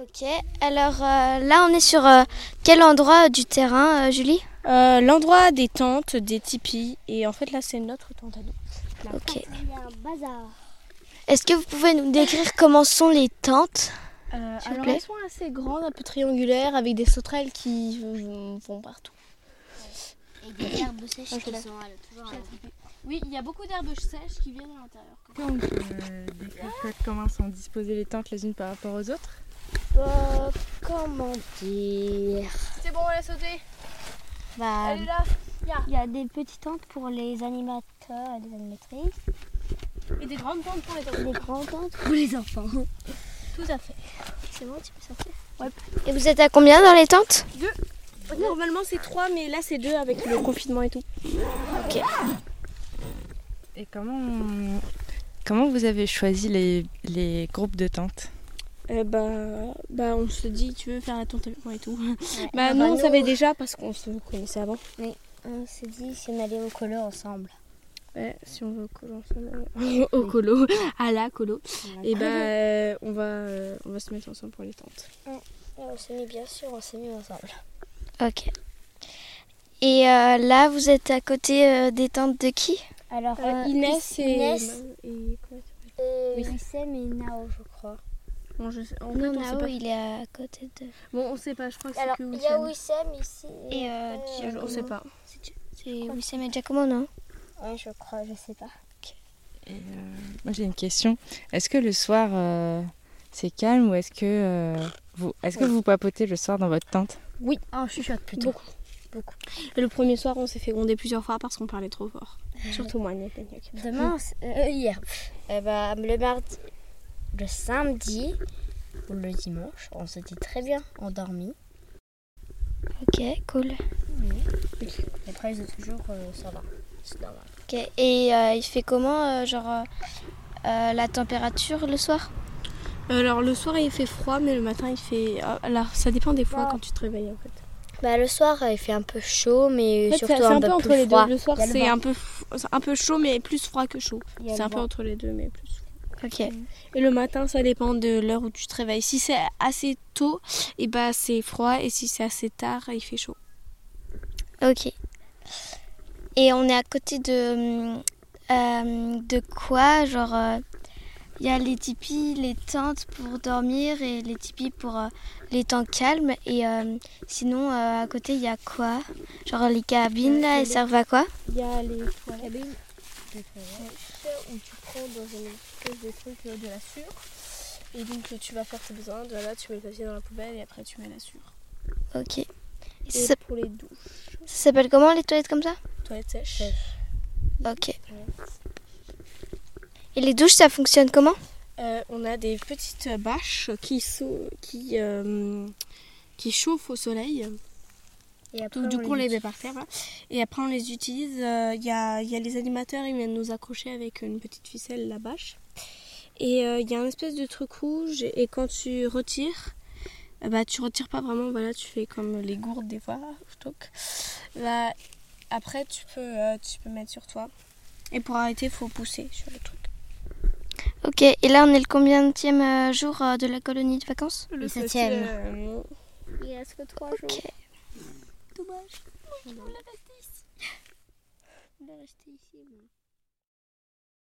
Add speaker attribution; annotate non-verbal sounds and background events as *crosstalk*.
Speaker 1: Ok, alors euh, là on est sur euh, quel endroit euh, du terrain, euh, Julie
Speaker 2: Euh, L'endroit des tentes, des tipis. Et en fait, là, c'est notre tente à nous.
Speaker 1: Ok.
Speaker 3: Il y a un bazar.
Speaker 1: Est-ce que vous pouvez nous décrire comment sont les tentes S'il vous
Speaker 2: Euh, alors,
Speaker 1: plaît.
Speaker 2: elles sont assez grandes, un peu triangulaires, avec des sauterelles qui euh, vont partout.
Speaker 3: Et des herbes sèches qui sont là, toujours là.
Speaker 2: Oui, il y a beaucoup d'herbes sèches qui viennent à l'intérieur.
Speaker 4: On peut euh, décrire peut-être comment sont disposées les tentes les unes par rapport aux autres.
Speaker 1: Euh, Comment dire
Speaker 2: C'est bon, on l'a sauté.
Speaker 3: Bah,
Speaker 2: Elle est là.
Speaker 3: il y a des petites tentes pour les animateurs et les animatrices.
Speaker 2: Et des grandes tentes pour les tentes.
Speaker 3: Et des grandes tentes pour les enfants.
Speaker 2: Tout à fait.
Speaker 3: C'est bon, tu peux sortir
Speaker 1: Et vous êtes à combien dans les tentes
Speaker 2: Normalement, c'est trois, mais là, c'est deux avec le confinement et tout.
Speaker 4: Et comment, on- comment vous avez choisi les, les groupes de tentes
Speaker 2: Eh ben, bah, on se dit, tu veux faire la tente avec moi et tout. *laughs*
Speaker 3: Ah bah
Speaker 2: bah, nous, on
Speaker 3: nous,
Speaker 2: savait déjà parce qu'on se connaissait avant.
Speaker 3: On s'est dit si on allait au colo ensemble.
Speaker 2: Ouais, si on va au colo ensemble,
Speaker 3: *laughs*
Speaker 2: euh, au colo, à la colo, et bah euh, on va euh, on va se mettre ensemble pour les tentes.
Speaker 3: on s'est mis bien sûr, on s'est mis ensemble.
Speaker 1: Ok. Et euh, là vous êtes à côté euh, des tentes de qui
Speaker 3: Alors, euh,
Speaker 2: Inès et
Speaker 3: Inès
Speaker 2: et comment elle s'appelle
Speaker 3: et
Speaker 2: Oui.
Speaker 3: Wissem et Nao, je crois.
Speaker 2: Bon, je sais- en fait,
Speaker 1: Non,
Speaker 2: on sait
Speaker 1: Nao
Speaker 2: pas.
Speaker 1: il est à côté de...
Speaker 2: Bon, on sait pas, je crois que c'est
Speaker 3: Alors,
Speaker 2: que
Speaker 3: il y a
Speaker 2: Wissam.
Speaker 3: Wissem ici.
Speaker 1: Et euh,
Speaker 2: Je- On sait pas.
Speaker 1: c'est hein. Wissam et Giacomo, non
Speaker 3: Ouais, je crois, je sais pas.
Speaker 4: Et, euh, Moi j'ai une question. Est-ce que le soir euh, c'est calme ou est-ce que, euh, vous, est-ce que vous papotez le soir dans votre tente
Speaker 3: Ah, je chuchote plutôt.
Speaker 2: Beaucoup. Beaucoup. Le premier soir, on s'est fait gronder plusieurs fois parce qu'on parlait trop fort. Surtout moi, Agnès Dagnac.
Speaker 3: Demain, c'est- euh, hier. Euh, bah, le mardi, le samedi ou le dimanche, on s'était très bien endormi.
Speaker 1: Ok, cool.
Speaker 3: Après, les autres jours, euh, ça va. C'est normal.
Speaker 1: Ok, et euh, il fait comment, euh, genre, euh, euh, la température le soir
Speaker 2: Alors le soir il fait froid, mais le matin il fait. ah, Alors ça dépend des fois quand tu te réveilles en fait.
Speaker 3: Bah, le soir, euh, il fait un peu chaud,
Speaker 2: En
Speaker 3: mais
Speaker 2: fait,
Speaker 3: surtout
Speaker 2: c'est
Speaker 3: un,
Speaker 2: un
Speaker 3: peu,
Speaker 2: peu entre
Speaker 3: plus
Speaker 2: les
Speaker 3: froid.
Speaker 2: deux. Le soir
Speaker 3: Il y a le
Speaker 2: c'est
Speaker 3: vent.
Speaker 2: un peu f- c'est un peu chaud, mais plus froid que chaud.
Speaker 3: Il y a
Speaker 2: C'est
Speaker 3: le
Speaker 2: un peu
Speaker 3: vent.
Speaker 2: entre les deux, mais plus.
Speaker 1: Ok.
Speaker 2: Et le matin, ça dépend de l'heure où tu te réveilles. Si c'est assez tôt, et bah c'est froid, et si c'est assez tard, il fait chaud.
Speaker 1: Ok. Et on est à côté de. hum, euh, de quoi Genre, euh, il y a les tipis, les tentes pour dormir et les tipis pour euh, les temps calmes. Et euh, sinon, euh, à côté, il y a quoi Genre, Euh, les cabines, là, elles servent à quoi
Speaker 2: Il y a les
Speaker 3: Cabine.
Speaker 2: où tu prends dans une espèce de truc euh, de la sûre. Et donc euh, tu vas faire tes besoins. De là, tu mets le papier dans la poubelle et après tu mets la sûre.
Speaker 1: Ok. Et
Speaker 2: Et
Speaker 1: Ça, ça
Speaker 2: pour les douches,
Speaker 1: s'appelle comment les toilettes comme ça
Speaker 2: toilettes sèches.
Speaker 1: Ok. Et les douches, ça fonctionne comment
Speaker 2: Euh, on a des petites bâches qui, sau- qui, euh, qui chauffent au soleil.
Speaker 3: Et après,
Speaker 2: Donc, du
Speaker 3: on
Speaker 2: coup, on
Speaker 3: les
Speaker 2: les met par terre. voilà. Et après, on les utilise. Euh, Il y, a, il y a les animateurs, ils viennent nous accrocher avec une petite ficelle, la bâche. Et euh, il y a un espèce de truc rouge. Et quand tu retires, euh, bah, tu retires pas vraiment. Bah, là, tu fais comme les gourdes des fois. toc. Là, après, tu peux, euh, tu peux mettre sur toi. Et pour arrêter, faut pousser sur le truc.
Speaker 1: Ok. Et là, on est le combienième euh, jour euh, de la colonie de vacances
Speaker 2: Le
Speaker 3: septième.
Speaker 2: Il reste que trois
Speaker 1: Ok.
Speaker 2: Dommage.
Speaker 3: On est resté ici.